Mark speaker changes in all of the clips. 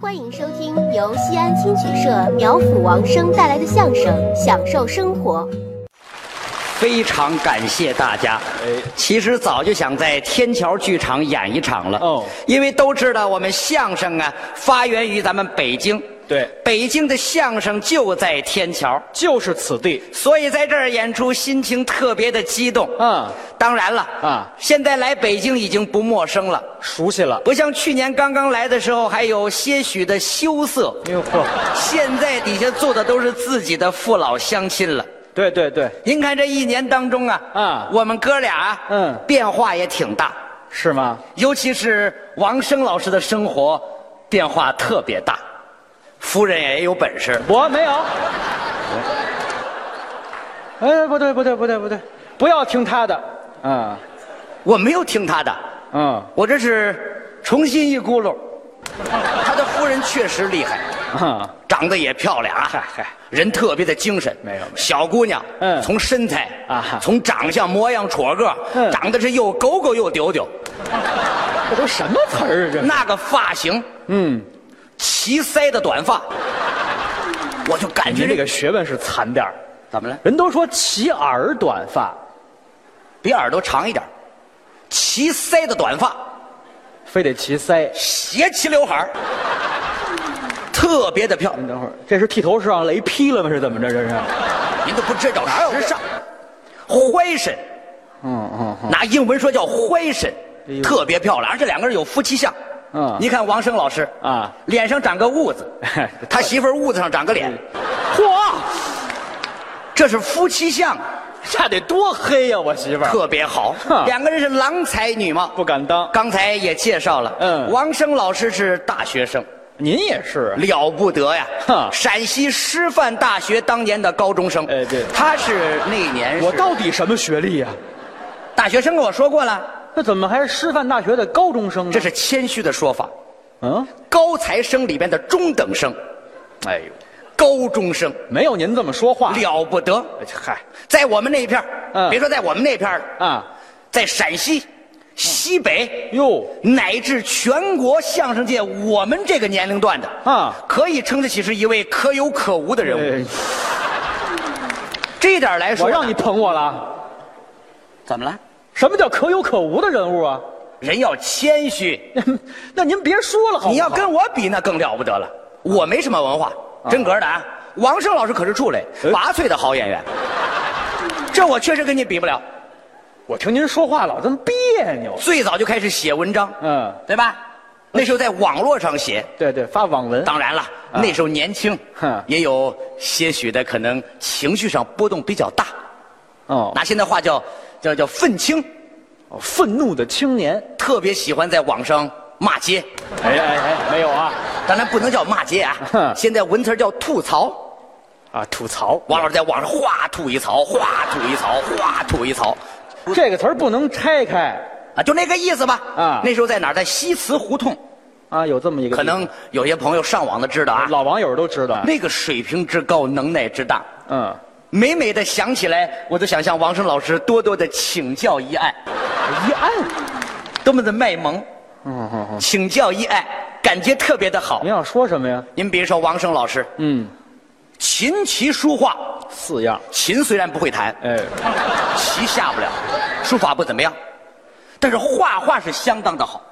Speaker 1: 欢迎收听由西安青曲社苗阜王声带来的相声《享受生活》。
Speaker 2: 非常感谢大家。
Speaker 3: 哎
Speaker 2: 其实早就想在天桥剧场演一场了。
Speaker 3: 哦
Speaker 2: 因为都知道我们相声啊，发源于咱们北京。
Speaker 3: 对
Speaker 2: 北京的相声就在天桥，
Speaker 3: 就是此地。
Speaker 2: 所以在这儿演出，心情特别的激动。
Speaker 3: 嗯，
Speaker 2: 当然了，
Speaker 3: 啊
Speaker 2: 现在来北京已经不陌生了，
Speaker 3: 熟悉了。
Speaker 2: 不像去年刚刚来的时候还有些许的羞涩。
Speaker 3: 哎呦呵，
Speaker 2: 现在底下坐的都是自己的父老乡亲了。
Speaker 3: 对对对，
Speaker 2: 您看这一年当中啊，
Speaker 3: 啊
Speaker 2: 我们哥俩，
Speaker 3: 嗯
Speaker 2: 变化也挺大，
Speaker 3: 是吗？
Speaker 2: 尤其是王声老师的生活变化特别大，夫人也有本事，
Speaker 3: 我没有。哎，不对不对不对不对，不要听他的。嗯
Speaker 2: 我没有听她的，
Speaker 3: 嗯
Speaker 2: 我这是重新一咕噜，他的夫人确实厉害，
Speaker 3: 嗯，
Speaker 2: 长得也漂亮啊，
Speaker 3: 嗨嗨
Speaker 2: 人特别的精神，
Speaker 3: 没有没有
Speaker 2: 小姑娘，
Speaker 3: 嗯
Speaker 2: 从身材
Speaker 3: 啊哈
Speaker 2: 从长相模样戳个，
Speaker 3: 嗯
Speaker 2: 长得是又狗狗又丢丢，
Speaker 3: 这都什么词儿啊这？
Speaker 2: 那个发型，
Speaker 3: 嗯，
Speaker 2: 齐腮的短发，我就感觉
Speaker 3: 您这
Speaker 2: 这个
Speaker 3: 个学问是残点儿。
Speaker 2: 怎么了？
Speaker 3: 人都说齐耳短发，
Speaker 2: 比耳朵长一点儿，齐腮的短发，
Speaker 3: 非得齐腮。
Speaker 2: 斜齐刘海儿特别的漂亮。
Speaker 3: 您等会儿，这是剃头是让雷劈了吗？是怎么着？这是？
Speaker 2: 您都不知道时尚，怀身，
Speaker 3: 嗯嗯嗯，
Speaker 2: 拿英文说叫怀身
Speaker 3: 哎，呦
Speaker 2: 特别漂亮，而且两个人有夫妻相。
Speaker 3: 嗯
Speaker 2: 你看王声老师
Speaker 3: 啊
Speaker 2: 脸上长个痦 子，他媳妇儿痦子上长个脸，
Speaker 3: 嚯，
Speaker 2: 这是夫妻相，
Speaker 3: 这得多黑呀、我媳妇儿
Speaker 2: 特别好
Speaker 3: 哼。
Speaker 2: 两个人是郎才女貌。
Speaker 3: 不敢当。
Speaker 2: 刚才也介绍了，
Speaker 3: 嗯
Speaker 2: 王声老师是大学生，
Speaker 3: 您也是啊，
Speaker 2: 了不得呀
Speaker 3: 哼！
Speaker 2: 陕西师范大学当年的高中生，
Speaker 3: 哎对
Speaker 2: 他是那年是
Speaker 3: 我到底什么学历呀、
Speaker 2: 大学生跟我说过了，
Speaker 3: 那怎么还是师范大学的高中生呢？
Speaker 2: 这是谦虚的说法。
Speaker 3: 嗯，
Speaker 2: 高材生里边的中等生，
Speaker 3: 哎呦，
Speaker 2: 高中生
Speaker 3: 没有您这么说话。
Speaker 2: 了不得，
Speaker 3: 哎嗨，
Speaker 2: 在我们那片儿
Speaker 3: 嗯
Speaker 2: 别说在我们那片儿了，
Speaker 3: 啊，
Speaker 2: 在陕西、西北
Speaker 3: 哟，
Speaker 2: 乃至全国相声界，我们这个年龄段的
Speaker 3: 啊
Speaker 2: 可以称得起是一位可有可无的人物。
Speaker 3: 哎
Speaker 2: 这一点来说
Speaker 3: 我
Speaker 2: 呢，
Speaker 3: 让你捧我了。
Speaker 2: 怎么了？
Speaker 3: 什么叫可有可无的人物啊？
Speaker 2: 人要谦虚。
Speaker 3: 那您别说了好不好
Speaker 2: 你要跟我比，那更了不得了。我没什么文化，真格的啊。王声老师可是出类
Speaker 3: 哎
Speaker 2: 拔萃的好演 员，这我确实跟你比不了。
Speaker 3: 我听您说话老这么别扭。
Speaker 2: 最早就开始写文章，
Speaker 3: 嗯，
Speaker 2: 对吧？那时候在网络上写，
Speaker 3: 对对，发网文。
Speaker 2: 当然了，那时候年轻
Speaker 3: 啊哼，
Speaker 2: 也有些许的可能情绪上波动比较大，
Speaker 3: 哦，
Speaker 2: 拿现在话叫叫叫愤青，
Speaker 3: 哦愤怒的青年。
Speaker 2: 特别喜欢在网上骂街。
Speaker 3: 哎哎哎，没有啊
Speaker 2: 当然不能叫骂街啊
Speaker 3: 哼，
Speaker 2: 现在文词儿叫吐槽。
Speaker 3: 啊，吐槽。
Speaker 2: 王老师在网上哗吐一槽，哗吐一槽，哗吐一槽，
Speaker 3: 这个词儿不能拆开
Speaker 2: 啊，就那个意思吧。
Speaker 3: 啊
Speaker 2: 那时候在哪儿？在西祠胡同，
Speaker 3: 啊，有这么一个地
Speaker 2: 可
Speaker 3: 方。
Speaker 2: 能有些朋友上网的知道啊，
Speaker 3: 老网友都知道。
Speaker 2: 那个水平之高，能耐之大，
Speaker 3: 嗯，
Speaker 2: 每每的想起来，我都想向王声老师多多的请教一爱，
Speaker 3: 一按。
Speaker 2: 多么的卖萌，
Speaker 3: 嗯嗯嗯，
Speaker 2: 请教一爱，感觉特别的好
Speaker 3: 您。要说什么呀？
Speaker 2: 您比如说王声老师，
Speaker 3: 嗯，
Speaker 2: 琴棋书画，
Speaker 3: 四样。
Speaker 2: 琴虽然不会弹，
Speaker 3: 哎，
Speaker 2: 棋下不了，书法不怎么样，但是画画是相当的好。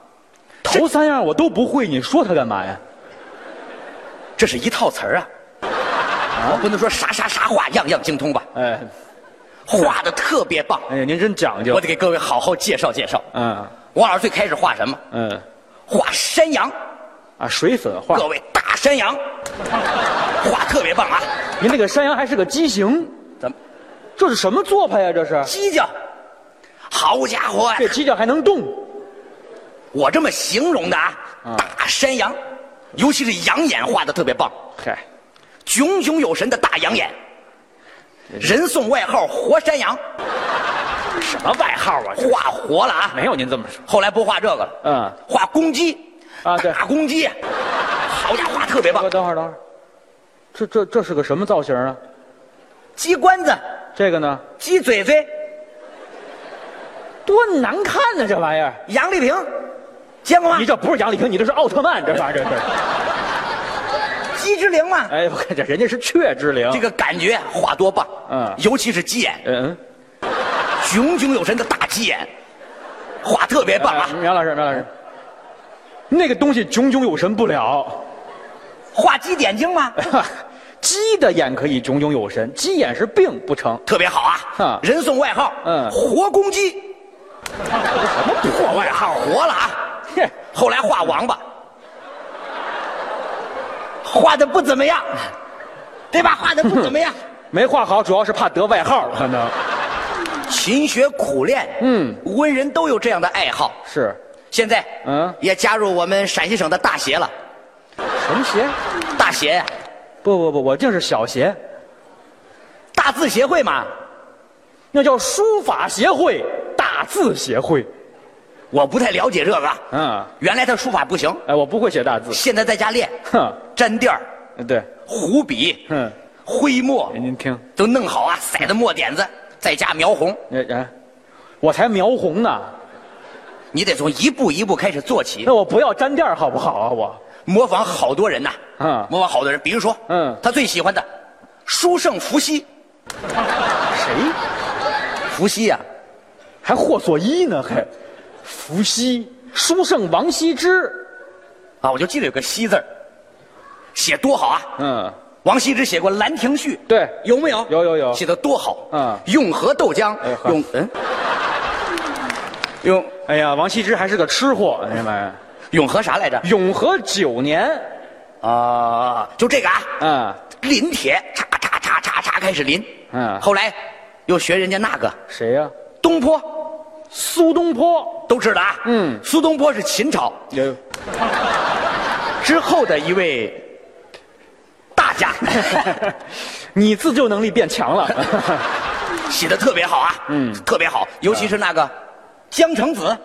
Speaker 3: 头三样我都不会，你说它干嘛呀？
Speaker 2: 这是一套词儿啊。我不能说啥啥啥画样样精通吧，
Speaker 3: 哎，
Speaker 2: 画的特别棒，
Speaker 3: 哎呀，您真讲究
Speaker 2: 我。得给各位好好介绍介绍。
Speaker 3: 嗯
Speaker 2: 王老师最开始画什么？
Speaker 3: 嗯，
Speaker 2: 画山羊，
Speaker 3: 啊，水粉画
Speaker 2: 各。位大山羊，画特别棒啊！
Speaker 3: 您那个山羊还是个畸形，
Speaker 2: 怎么
Speaker 3: 这是什么做派呀？这是？
Speaker 2: 犄角？好家伙呀、
Speaker 3: 这犄角还能动？
Speaker 2: 我这么形容的啊，
Speaker 3: 嗯
Speaker 2: 大山羊，尤其是羊眼画的特别棒，
Speaker 3: 嗨，
Speaker 2: 炯炯有神的大羊眼，人送外号“活山羊
Speaker 3: 什么外号 啊”，这
Speaker 2: 画活了啊！
Speaker 3: 没有您这么说。
Speaker 2: 后来不画这个了，
Speaker 3: 嗯，
Speaker 2: 画公鸡，
Speaker 3: 啊对
Speaker 2: 大公鸡，好家伙，画特别棒
Speaker 3: 我，等会儿，等会儿，这这这是个什么造型啊？
Speaker 2: 鸡冠子，
Speaker 3: 这个呢，
Speaker 2: 鸡嘴嘴，
Speaker 3: 多难看呢、这玩意儿。
Speaker 2: 杨丽萍，见过吗
Speaker 3: 你？这不是杨丽萍，你这是奥特曼，这玩意儿这是。
Speaker 2: 鸡之灵嘛，
Speaker 3: 哎，我看这人家是雀之灵，
Speaker 2: 这个感觉话多棒，
Speaker 3: 嗯
Speaker 2: 尤其是鸡眼，
Speaker 3: 嗯，
Speaker 2: 炯炯有神的大鸡眼，话特别棒啊
Speaker 3: 哎，苗老师，苗老师，那个东西炯炯有神不了，哎
Speaker 2: 画鸡点睛吗？
Speaker 3: 鸡的眼可以炯炯有神，鸡眼是病不成，
Speaker 2: 特别好啊
Speaker 3: 哈，
Speaker 2: 人送外号，
Speaker 3: 嗯
Speaker 2: 活公鸡，什么破外号，活了啊！
Speaker 3: 嘿
Speaker 2: 后来画王八，画的不怎么样，对吧？画的不怎么样，
Speaker 3: 没画好，主要是怕得外号可能
Speaker 2: 勤学苦练，嗯
Speaker 3: 嗯，
Speaker 2: 文人都有这样的爱好。
Speaker 3: 是
Speaker 2: 现在，嗯
Speaker 3: 嗯，
Speaker 2: 也加入我们陕西省的大协了。
Speaker 3: 什么鞋？
Speaker 2: 大协呀，
Speaker 3: 不不不，我这是小鞋，
Speaker 2: 大字协会嘛，
Speaker 3: 那叫书法协会，大字协会，
Speaker 2: 我不太了解这个。
Speaker 3: 嗯，
Speaker 2: 原来他书法不行，
Speaker 3: 哎，我不会写大字，
Speaker 2: 现在在家练，
Speaker 3: 哼，
Speaker 2: 沾垫儿、
Speaker 3: 对，
Speaker 2: 湖笔、
Speaker 3: 哼，
Speaker 2: 徽墨
Speaker 3: 哎您听，
Speaker 2: 都弄好啊，塞的墨点子，在家描红。
Speaker 3: 哎哎，我才描红呢。
Speaker 2: 你得从一步一步开始做起，
Speaker 3: 那我不要沾垫儿好不好啊？我
Speaker 2: 模仿好多人呐、
Speaker 3: 嗯
Speaker 2: 模仿好多人，比如说，
Speaker 3: 嗯
Speaker 2: 他最喜欢的书圣伏羲，
Speaker 3: 谁
Speaker 2: 伏羲呀、
Speaker 3: 还霍所依呢？还伏羲、书圣王羲之，
Speaker 2: 啊，我就记得有个“羲”字儿写多好啊！
Speaker 3: 嗯，
Speaker 2: 王羲之写过《兰亭序》，
Speaker 3: 对
Speaker 2: 有没有？
Speaker 3: 有有有
Speaker 2: 写的多好。
Speaker 3: 嗯
Speaker 2: 用河豆浆
Speaker 3: 哎，呵
Speaker 2: 用嗯，用
Speaker 3: 哎呀，王羲之还是个吃货，哎呀妈呀！
Speaker 2: 永和啥来着？
Speaker 3: 永和九年，
Speaker 2: 啊，就这个啊，
Speaker 3: 嗯，
Speaker 2: 临帖，叉叉叉叉叉开始临。
Speaker 3: 嗯
Speaker 2: 后来又学人家那个
Speaker 3: 谁呀、
Speaker 2: 东坡，
Speaker 3: 苏东坡，
Speaker 2: 都知道啊。
Speaker 3: 嗯
Speaker 2: 苏东坡是秦朝
Speaker 3: 有
Speaker 2: 之后的一位大 家，
Speaker 3: 你自救能力变强了，
Speaker 2: 写的特别好啊。嗯，特别好，尤其是那
Speaker 3: 嗯
Speaker 2: 个江城子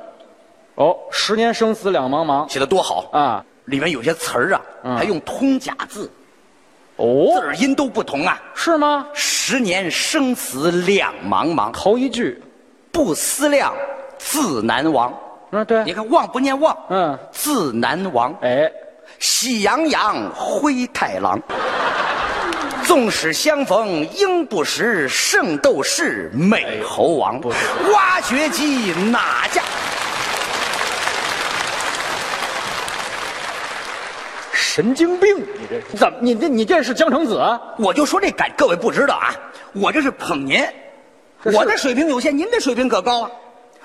Speaker 3: 哦，十年生死两茫茫
Speaker 2: 写的多好。
Speaker 3: 啊，
Speaker 2: 里面有些词儿啊，
Speaker 3: 嗯
Speaker 2: 还用通假字，字
Speaker 3: 哦，
Speaker 2: 儿音都不同啊。
Speaker 3: 是吗？
Speaker 2: 十年生死两茫茫，
Speaker 3: 头一句，
Speaker 2: 不思量，自难忘。
Speaker 3: 嗯，对
Speaker 2: 你，看忘不念忘，
Speaker 3: 嗯，
Speaker 2: 自难忘。
Speaker 3: 哎，
Speaker 2: 喜洋洋，灰太狼。纵使相逢应不识，圣斗士美猴
Speaker 3: 哎
Speaker 2: 王。挖掘机哪家？
Speaker 3: 神经病，你这是怎么？你这你这是江城子啊？
Speaker 2: 我就说这感，各位不知道啊，我这是捧您，
Speaker 3: 是
Speaker 2: 我的水平有限，您的水平可高啊，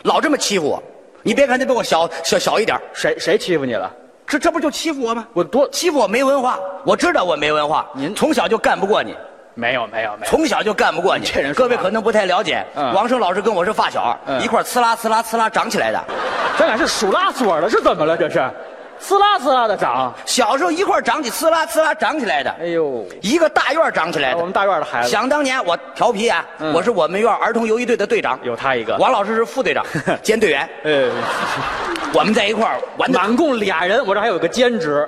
Speaker 2: 老这么欺负我。你别看他比我小小小一点儿，
Speaker 3: 谁谁欺负你了？
Speaker 2: 这这不就欺负我吗？
Speaker 3: 我多
Speaker 2: 欺负我没文化，我知道我没文化，
Speaker 3: 您
Speaker 2: 从小就干不过你，
Speaker 3: 没有没有没有，
Speaker 2: 从小就干不过你。
Speaker 3: 这人说
Speaker 2: 各
Speaker 3: 话
Speaker 2: 位可能不太了解，
Speaker 3: 嗯
Speaker 2: 王胜老师跟我是发小，
Speaker 3: 嗯
Speaker 2: 一块儿呲啦呲啦呲啦长起来的。
Speaker 3: 咱俩是数拉锁的，是怎么了？这是，撕拉撕拉的长。
Speaker 2: 小时候一块儿长起，呲啦呲啦长起来的，
Speaker 3: 哎呦，
Speaker 2: 一个大院儿长起来
Speaker 3: 我
Speaker 2: 的
Speaker 3: 们。大院的孩子
Speaker 2: 想当年我调皮啊，
Speaker 3: 嗯
Speaker 2: 我是我们院儿儿童游击队的队长，
Speaker 3: 有他一个，
Speaker 2: 王老师是副队 长兼队员，
Speaker 3: 呃，
Speaker 2: 我们在一块儿玩的，
Speaker 3: 满共俩人，我这还有个兼职。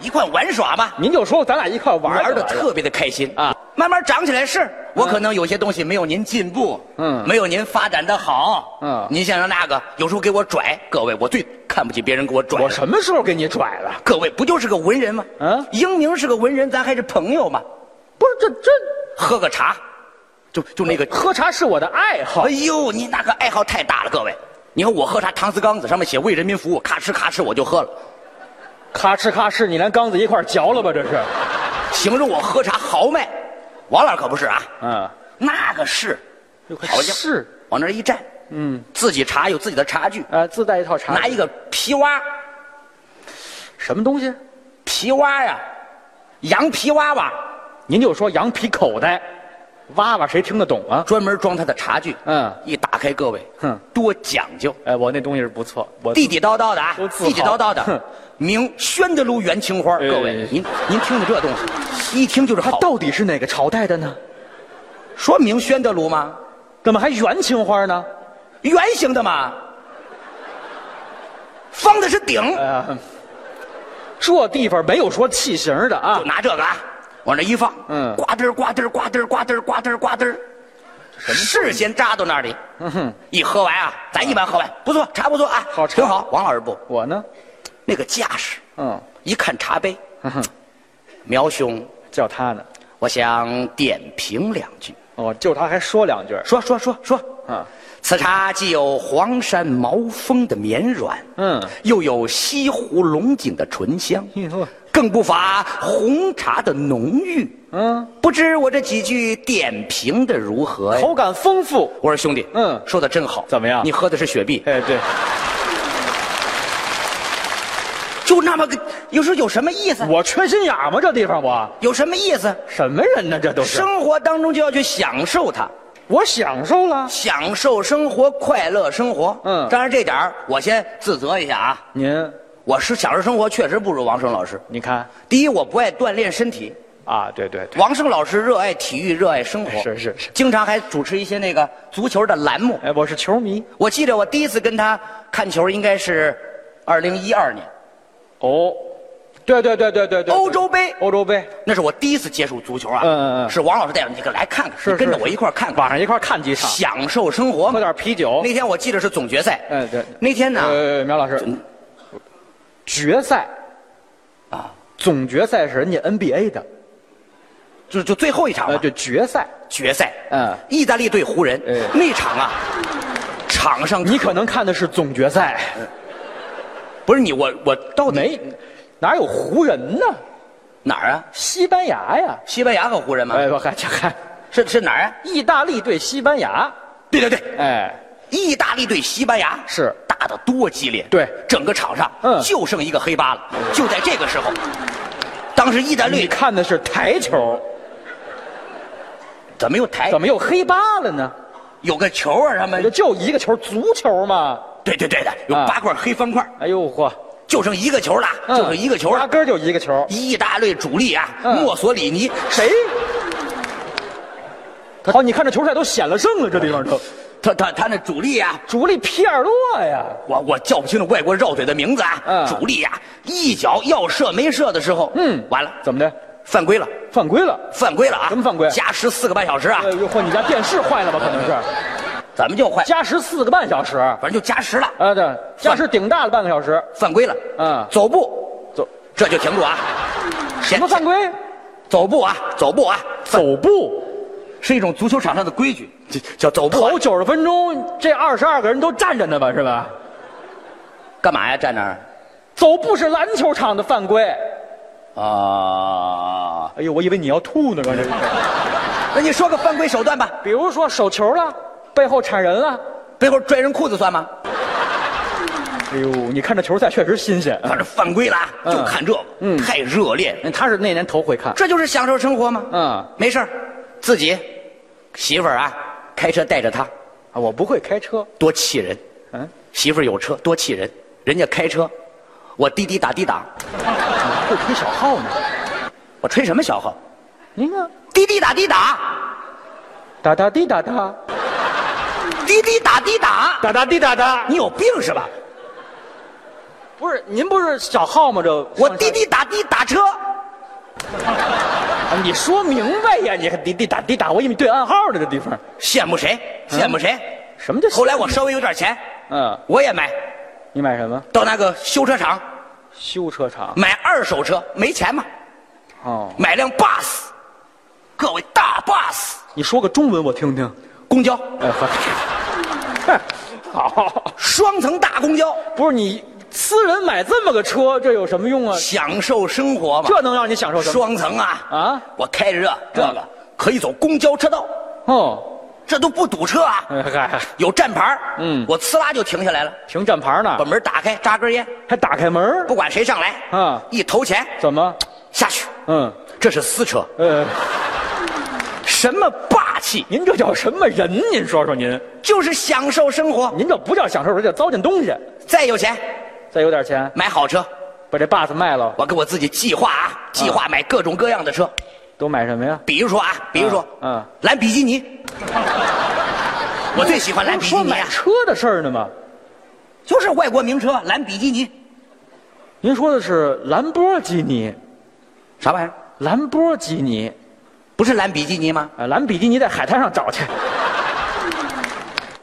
Speaker 2: 一块玩耍嘛，
Speaker 3: 您就说咱俩一块玩儿
Speaker 2: 玩的
Speaker 3: 就完了
Speaker 2: 特别的开心
Speaker 3: 啊。
Speaker 2: 慢慢长起来是，我可能有些东西没有您进步，
Speaker 3: 嗯
Speaker 2: 没有您发展的好，
Speaker 3: 嗯
Speaker 2: 您像那个有时候给我拽，各位我最看不起别人给我拽的，
Speaker 3: 我什么时候给你拽了？
Speaker 2: 各位不就是个文人吗？
Speaker 3: 嗯
Speaker 2: 英明是个文人，咱还是朋友嘛，
Speaker 3: 不是这这
Speaker 2: 喝个茶，就就那个
Speaker 3: 喝茶是我的爱好
Speaker 2: 哎。呦，你那个爱好太大了，各位。你看我喝茶，搪瓷缸子上面写为人民服务，咔哧咔哧我就喝了，
Speaker 3: 咔哧咔哧，你连缸子一块儿嚼了吧？这是，
Speaker 2: 形容我喝茶豪迈。王老师可不是啊，
Speaker 3: 嗯，
Speaker 2: 那个是，好家伙，
Speaker 3: 是，
Speaker 2: 往那儿一站，
Speaker 3: 嗯，
Speaker 2: 自己茶有自己的茶具，
Speaker 3: 呃，自带一套茶，
Speaker 2: 拿一个皮蛙，
Speaker 3: 什么东西？
Speaker 2: 皮蛙呀、羊皮娃娃，
Speaker 3: 您就说羊皮口袋，娃娃谁听得懂啊？
Speaker 2: 专门装他的茶具。
Speaker 3: 嗯
Speaker 2: 一打开，各位，
Speaker 3: 哼
Speaker 2: 多讲究，
Speaker 3: 哎，我那东西是不错，我
Speaker 2: 地地道道的啊
Speaker 3: 都，自豪
Speaker 2: 地地道道的
Speaker 3: 哼，
Speaker 2: 名宣德炉元青花。
Speaker 3: 哎
Speaker 2: 各
Speaker 3: 哎
Speaker 2: 位
Speaker 3: 哎，
Speaker 2: 您您听听这东西，一听就是
Speaker 3: 它
Speaker 2: 好。
Speaker 3: 到底是哪个朝代的呢？
Speaker 2: 说明宣德炉吗？
Speaker 3: 怎么还元青花呢？
Speaker 2: 圆形的嘛，方的是顶，
Speaker 3: 呃，这地方没有说器型的啊
Speaker 2: 就，拿这个啊，往这一放，
Speaker 3: 嗯
Speaker 2: 呱嘚儿呱嘚儿呱嘚儿呱嘚儿呱嘚儿呱嘚儿，事先扎到那里，
Speaker 3: 嗯哼，
Speaker 2: 一喝完啊，咱一般喝完，不错，茶不错啊，
Speaker 3: 好茶
Speaker 2: 挺好。王老师不，
Speaker 3: 我呢，
Speaker 2: 那个架势，
Speaker 3: 嗯，
Speaker 2: 一看茶杯，
Speaker 3: 哼哼
Speaker 2: 苗兄，
Speaker 3: 叫他呢。
Speaker 2: 我想点评两句。
Speaker 3: 哦，就他还说两句。
Speaker 2: 说说说说，
Speaker 3: 嗯
Speaker 2: 此茶既有黄山毛峰的绵软，
Speaker 3: 嗯，
Speaker 2: 又有西湖龙井的醇香，更不乏红茶的浓郁。
Speaker 3: 嗯，
Speaker 2: 不知我这几句点评的如何呀？
Speaker 3: 口感丰富。
Speaker 2: 我说兄弟，
Speaker 3: 嗯
Speaker 2: 说的真好，
Speaker 3: 怎么样
Speaker 2: 你喝的是雪碧，
Speaker 3: 哎，对，
Speaker 2: 就那么个，有时候有什么意思？
Speaker 3: 我缺心眼儿吗？这地方我
Speaker 2: 有什么意思？
Speaker 3: 什么人呢？这都是
Speaker 2: 生活当中就要去享受它，
Speaker 3: 我享受了。
Speaker 2: 享受生活，快乐生活。
Speaker 3: 嗯
Speaker 2: 当然这点儿我先自责一下啊，
Speaker 3: 您，
Speaker 2: 我是享受生活确实不如王胜老师。
Speaker 3: 你看
Speaker 2: 第一，我不爱锻炼身体，
Speaker 3: 啊，对对对，
Speaker 2: 王胜老师热爱体育，热爱生活，
Speaker 3: 是是是
Speaker 2: 经常还主持一些那个足球的栏目。
Speaker 3: 哎，我是球迷。
Speaker 2: 我记得我第一次跟他看球应该是二零一二年
Speaker 3: 哦，对对对对对对，
Speaker 2: 欧洲杯，
Speaker 3: 欧洲杯，
Speaker 2: 那是我第一次接触足球啊。
Speaker 3: 嗯嗯嗯
Speaker 2: 是王老师带我，你可来看看，
Speaker 3: 是
Speaker 2: 你跟着
Speaker 3: 是
Speaker 2: 我一块儿看看，
Speaker 3: 晚上一块儿看几场，
Speaker 2: 享受生活
Speaker 3: 喝
Speaker 2: 嘛。
Speaker 3: 点啤酒。
Speaker 2: 那天我记得是总决赛，
Speaker 3: 哎对，
Speaker 2: 那天呢，
Speaker 3: 呃，苗老师，决赛
Speaker 2: 啊，
Speaker 3: 总决赛是人家 NBA 的，
Speaker 2: 就就最后一场
Speaker 3: 呃，
Speaker 2: 嘛
Speaker 3: 就决赛，
Speaker 2: 决赛，
Speaker 3: 嗯
Speaker 2: 意大利对湖人
Speaker 3: 哎
Speaker 2: 那场啊，场上
Speaker 3: 你可能看的是总决 赛，
Speaker 2: 不是你我我到底
Speaker 3: 哎没哪有湖人呢？
Speaker 2: 哪儿啊？
Speaker 3: 西班牙呀，
Speaker 2: 西班牙和湖人吗？
Speaker 3: 哎，我还这还
Speaker 2: 是是哪儿啊？
Speaker 3: 意大利对西班牙，
Speaker 2: 对对对，
Speaker 3: 哎，
Speaker 2: 意大利对西班牙
Speaker 3: 是
Speaker 2: 打得多激烈，
Speaker 3: 对
Speaker 2: 整个场上
Speaker 3: 嗯
Speaker 2: 就剩一个黑八了。就在这个时候，当时意大
Speaker 3: 哎你
Speaker 2: 利
Speaker 3: 看的是台球，
Speaker 2: 怎么又抬
Speaker 3: 怎么又黑八了呢？
Speaker 2: 有个球啊？他
Speaker 3: 这
Speaker 2: 们
Speaker 3: 就一个球，足球嘛。
Speaker 2: 对对对的，有
Speaker 3: 啊
Speaker 2: 八块黑方块，
Speaker 3: 哎呦嚯，
Speaker 2: 就剩一个球了，
Speaker 3: 嗯
Speaker 2: 就剩一个球
Speaker 3: 压
Speaker 2: 了。
Speaker 3: 根儿就一个球，
Speaker 2: 意大利主力啊，
Speaker 3: 嗯
Speaker 2: 墨索里尼，
Speaker 3: 谁？好，你看这球赛都显了胜了，这地方都
Speaker 2: 他他他那主力啊，
Speaker 3: 主力皮尔洛呀，
Speaker 2: 我我叫不清楚外国绕腿的名字啊，
Speaker 3: 嗯
Speaker 2: 主力啊，一脚要射没射的时候，
Speaker 3: 嗯
Speaker 2: 完了，
Speaker 3: 怎么的，
Speaker 2: 犯规了，
Speaker 3: 犯规了？
Speaker 2: 犯规了啊！
Speaker 3: 什么犯规
Speaker 2: 加时四个半小时啊
Speaker 3: 哎！呦嚯，你家电视坏了吧？可能是
Speaker 2: 怎么就坏？
Speaker 3: 加时四个半小时，啊
Speaker 2: 反正就加时了，
Speaker 3: 对，加时顶大了半个小时，
Speaker 2: 犯规了。
Speaker 3: 嗯
Speaker 2: 走步，
Speaker 3: 走
Speaker 2: 这就停住啊！
Speaker 3: 什
Speaker 2: 什
Speaker 3: 么犯？规？
Speaker 2: 走步啊，走步啊，
Speaker 3: 走步
Speaker 2: 是一种足球场上的规矩，这叫走步啊。
Speaker 3: 跑九十分钟，这二十二个人都站着呢吧？是吧？
Speaker 2: 干嘛呀？站那儿？
Speaker 3: 走步是篮球场的犯规。
Speaker 2: 啊，
Speaker 3: 哎呦，我以为你要吐呢，刚才。
Speaker 2: 那你说个犯规手段吧？
Speaker 3: 比如说手球了，背后铲人了。
Speaker 2: 背后拽人裤子算吗？
Speaker 3: 哎呦，你看这球赛确实新鲜。
Speaker 2: 反正犯规了啊，
Speaker 3: 嗯
Speaker 2: 就看这个，
Speaker 3: 嗯
Speaker 2: 太热烈了。
Speaker 3: 他是那年头回看，
Speaker 2: 这就是享受生活吗？
Speaker 3: 嗯，
Speaker 2: 没事儿，自己媳妇儿啊，开车带着她，
Speaker 3: 啊我不会开车。
Speaker 2: 多气人。
Speaker 3: 嗯，
Speaker 2: 媳妇儿有车，多气人。人家开车，我滴滴打滴打，
Speaker 3: 会吹小号呢。
Speaker 2: 我吹什么小号？
Speaker 3: 您看，
Speaker 2: 滴滴打滴打，
Speaker 3: 哒哒滴哒哒，
Speaker 2: 滴滴打滴打，
Speaker 3: 哒哒滴哒哒。
Speaker 2: 你有病是吧？
Speaker 3: 不是您不是小号吗？这
Speaker 2: 我滴，滴打滴打车，
Speaker 3: 啊你说明白呀！你还滴滴打滴打，我以为你对暗号呢。这地方
Speaker 2: 羡慕谁？羡慕谁？
Speaker 3: 什么叫？
Speaker 2: 后来我稍微有点钱，
Speaker 3: 嗯，
Speaker 2: 我也买，
Speaker 3: 你买什么？
Speaker 2: 到那个修车厂
Speaker 3: 修车厂
Speaker 2: 买二手车，没钱嘛，
Speaker 3: 哦。
Speaker 2: 买辆 bus，各位大 bus
Speaker 3: 你说个中文我听听。
Speaker 2: 公交，
Speaker 3: 哎，好， 哎好，
Speaker 2: 双层大公交，
Speaker 3: 不是你私人买这么个车，这有什么用啊？
Speaker 2: 享受生活嘛。
Speaker 3: 这能让你享受什么？
Speaker 2: 双层啊
Speaker 3: 啊！
Speaker 2: 我开着这这个
Speaker 3: 嗯
Speaker 2: 可以走公交车道，
Speaker 3: 哦，
Speaker 2: 这都不堵车啊，
Speaker 3: 哎嗨，
Speaker 2: 有站牌儿
Speaker 3: 嗯啊
Speaker 2: 我呲啦就停下来了，
Speaker 3: 停站牌呢
Speaker 2: 把，门打开，扎根烟，
Speaker 3: 还打开门儿
Speaker 2: 不管谁上来，
Speaker 3: 啊
Speaker 2: 一投钱
Speaker 3: 怎么？
Speaker 2: 下去，
Speaker 3: 嗯，
Speaker 2: 这是私车，
Speaker 3: 呃，
Speaker 2: 什么霸气，
Speaker 3: 您这叫什么人？您说说您，
Speaker 2: 就是享受生活。
Speaker 3: 您这不叫享受，这叫糟践东西。
Speaker 2: 再有钱
Speaker 3: 再有点钱，
Speaker 2: 买好车，
Speaker 3: 把这 bus 卖了，
Speaker 2: 我给我自己计划啊，计划买各种各样的车，
Speaker 3: 都买什么呀？
Speaker 2: 比如说啊，比如说，
Speaker 3: 嗯嗯
Speaker 2: 蓝比基 尼，我最喜欢蓝比基
Speaker 3: 说
Speaker 2: 尼
Speaker 3: 买
Speaker 2: 啊，
Speaker 3: 车的事儿呢吗？
Speaker 2: 就是外国名车蓝比基尼，
Speaker 3: 您说的是兰博基尼，
Speaker 2: 啥玩意儿？
Speaker 3: 兰博基尼，啊
Speaker 2: 不是蓝比基尼吗？
Speaker 3: 呃，蓝比基尼在海滩上找去，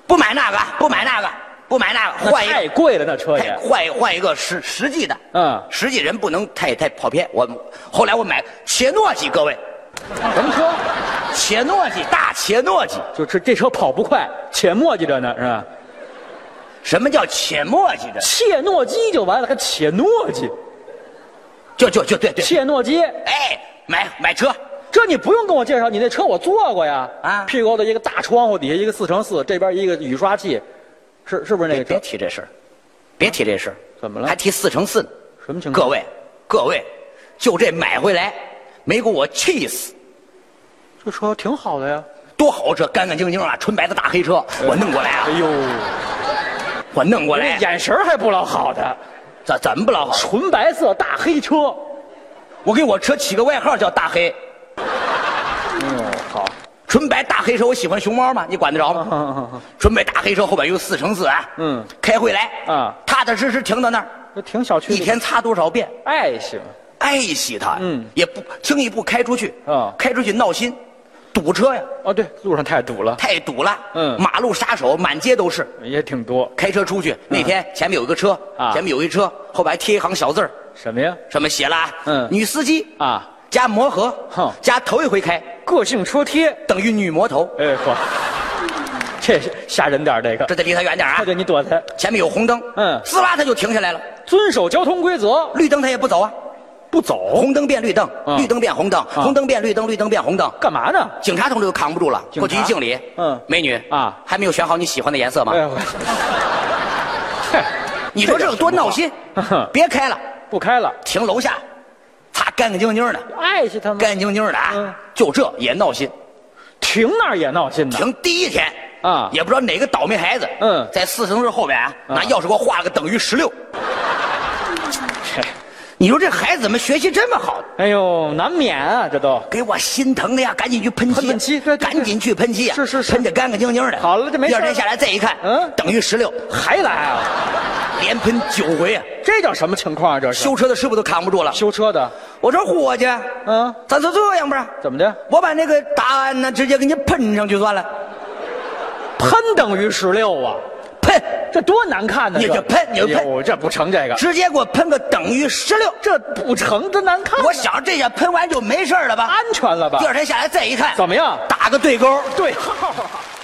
Speaker 2: 不买那个，不买那个，不买那个，
Speaker 3: 那
Speaker 2: 换一
Speaker 3: 太
Speaker 2: 个，
Speaker 3: 贵了，那车也
Speaker 2: 太。换一换一个实实际的，
Speaker 3: 嗯
Speaker 2: 实际人不能太太跑偏。我后来我买切诺基，各位，
Speaker 3: 什么车？
Speaker 2: 切诺基大切诺基，
Speaker 3: 就这这车跑不快，且磨叽着呢，是吧？
Speaker 2: 什么叫切诺基的？
Speaker 3: 切诺基就完了，还且诺基，
Speaker 2: 就就就对对，
Speaker 3: 切诺基，
Speaker 2: 哎，买买车，
Speaker 3: 这你不用跟我介绍，你那车我坐过呀。
Speaker 2: 啊
Speaker 3: 屁股的一个大窗户底下一个四乘四，这边一个雨刷器，是是不是那
Speaker 2: 别
Speaker 3: 个
Speaker 2: 别
Speaker 3: 车？
Speaker 2: 提这事儿，别提这事儿，
Speaker 3: 啊怎么了
Speaker 2: 还提四乘四呢？
Speaker 3: 什么情况
Speaker 2: 各位，各位，就这买回来，没给我气死。
Speaker 3: 这车挺好的呀。
Speaker 2: 多好车，干干净净啊，纯白的大黑车，我弄过来啊
Speaker 3: 哎，呦，
Speaker 2: 我弄过来，
Speaker 3: 眼神儿还不老好的，
Speaker 2: 怎怎么不老好？
Speaker 3: 纯白色大黑车。
Speaker 2: 我给我车起个外号叫大黑，
Speaker 3: 嗯，好。
Speaker 2: 纯白大黑车，我喜欢熊猫嘛，你管得着吗？
Speaker 3: 嗯嗯嗯，
Speaker 2: 纯白大黑车后边有四乘四啊，
Speaker 3: 嗯，
Speaker 2: 开回来
Speaker 3: 啊
Speaker 2: 踏踏实实停到那儿，
Speaker 3: 这挺小区
Speaker 2: 一
Speaker 3: 里
Speaker 2: 天擦多少遍，
Speaker 3: 爱行。
Speaker 2: 爱惜它，
Speaker 3: 嗯，
Speaker 2: 也不轻易不开出去
Speaker 3: 啊
Speaker 2: 开出去闹心，堵车呀，
Speaker 3: 哦，对，路上太堵了，
Speaker 2: 太堵了，
Speaker 3: 嗯
Speaker 2: 马路杀手满街都是。
Speaker 3: 也挺多。
Speaker 2: 开车出去那天，前面有一个车，
Speaker 3: 啊
Speaker 2: 前面有一车，后边还贴一行小字儿，
Speaker 3: 什么呀？
Speaker 2: 上面写了啊，
Speaker 3: 嗯
Speaker 2: 女司机
Speaker 3: 啊，
Speaker 2: 加磨合，
Speaker 3: 哼
Speaker 2: 加头一回开
Speaker 3: 个性车贴。
Speaker 2: 等于女魔头，
Speaker 3: 哎嚯，这是吓人点儿这个。
Speaker 2: 这得离他远点啊
Speaker 3: 快。给你躲开，
Speaker 2: 前面有红灯，
Speaker 3: 嗯
Speaker 2: 呲啦他就停下来了，
Speaker 3: 遵守交通规则，
Speaker 2: 绿灯他也不走啊，
Speaker 3: 不走
Speaker 2: 红灯变绿灯，
Speaker 3: 哦嗯
Speaker 2: 绿灯变红灯，红灯变绿灯，绿灯变红灯。
Speaker 3: 干嘛呢？
Speaker 2: 警察同志就扛不住了，
Speaker 3: 警察
Speaker 2: 过去一敬礼，
Speaker 3: 嗯
Speaker 2: 美女
Speaker 3: 啊
Speaker 2: 还没有选好你喜欢的颜色吗
Speaker 3: 哎？呦，嘿
Speaker 2: 你说这个多闹心
Speaker 3: 这个什么话，
Speaker 2: 别开了，
Speaker 3: 不开了，
Speaker 2: 停楼下，擦干干净净的，
Speaker 3: 爱惜他们，
Speaker 2: 干干净净的
Speaker 3: 嗯
Speaker 2: 啊，就这也闹心。
Speaker 3: 停那儿也闹心呢。
Speaker 2: 停第一天
Speaker 3: 啊
Speaker 2: 也不知道哪个倒霉孩子，
Speaker 3: 嗯
Speaker 2: 在四乘四后边啊，拿钥匙给我画了个等于十六。
Speaker 3: 嘿
Speaker 2: 你说这孩子怎么学习这么好？
Speaker 3: 哎呦，难免啊，这都
Speaker 2: 给我心疼的呀！赶紧去喷漆啊，
Speaker 3: 喷喷漆对对对
Speaker 2: 赶紧去喷漆啊！
Speaker 3: 是是是
Speaker 2: 喷的干干净净的。
Speaker 3: 好了这没
Speaker 2: 第
Speaker 3: 事儿
Speaker 2: 二
Speaker 3: 了
Speaker 2: 天下来再一看，
Speaker 3: 嗯
Speaker 2: 等于十六，
Speaker 3: 还来啊？
Speaker 2: 连喷九回啊！
Speaker 3: 这叫什么情况啊？这是
Speaker 2: 修车的师傅都扛不住了。
Speaker 3: 修车的，
Speaker 2: 我说伙计，
Speaker 3: 嗯，
Speaker 2: 咱就这样吧，
Speaker 3: 怎么的？
Speaker 2: 我把那个答案呢直接给你喷上去算了，
Speaker 3: 喷等于十六啊，
Speaker 2: 喷，
Speaker 3: 这多难看呢！
Speaker 2: 你就喷你就喷
Speaker 3: 哎呦这不成这个，
Speaker 2: 直接给我喷个等于十六。
Speaker 3: 这不成，这难看啊。
Speaker 2: 我想这下喷完就没事儿了吧？
Speaker 3: 安全了吧
Speaker 2: 第？二天下来再一看，
Speaker 3: 啊怎么样？
Speaker 2: 打个对勾。
Speaker 3: 对号啊。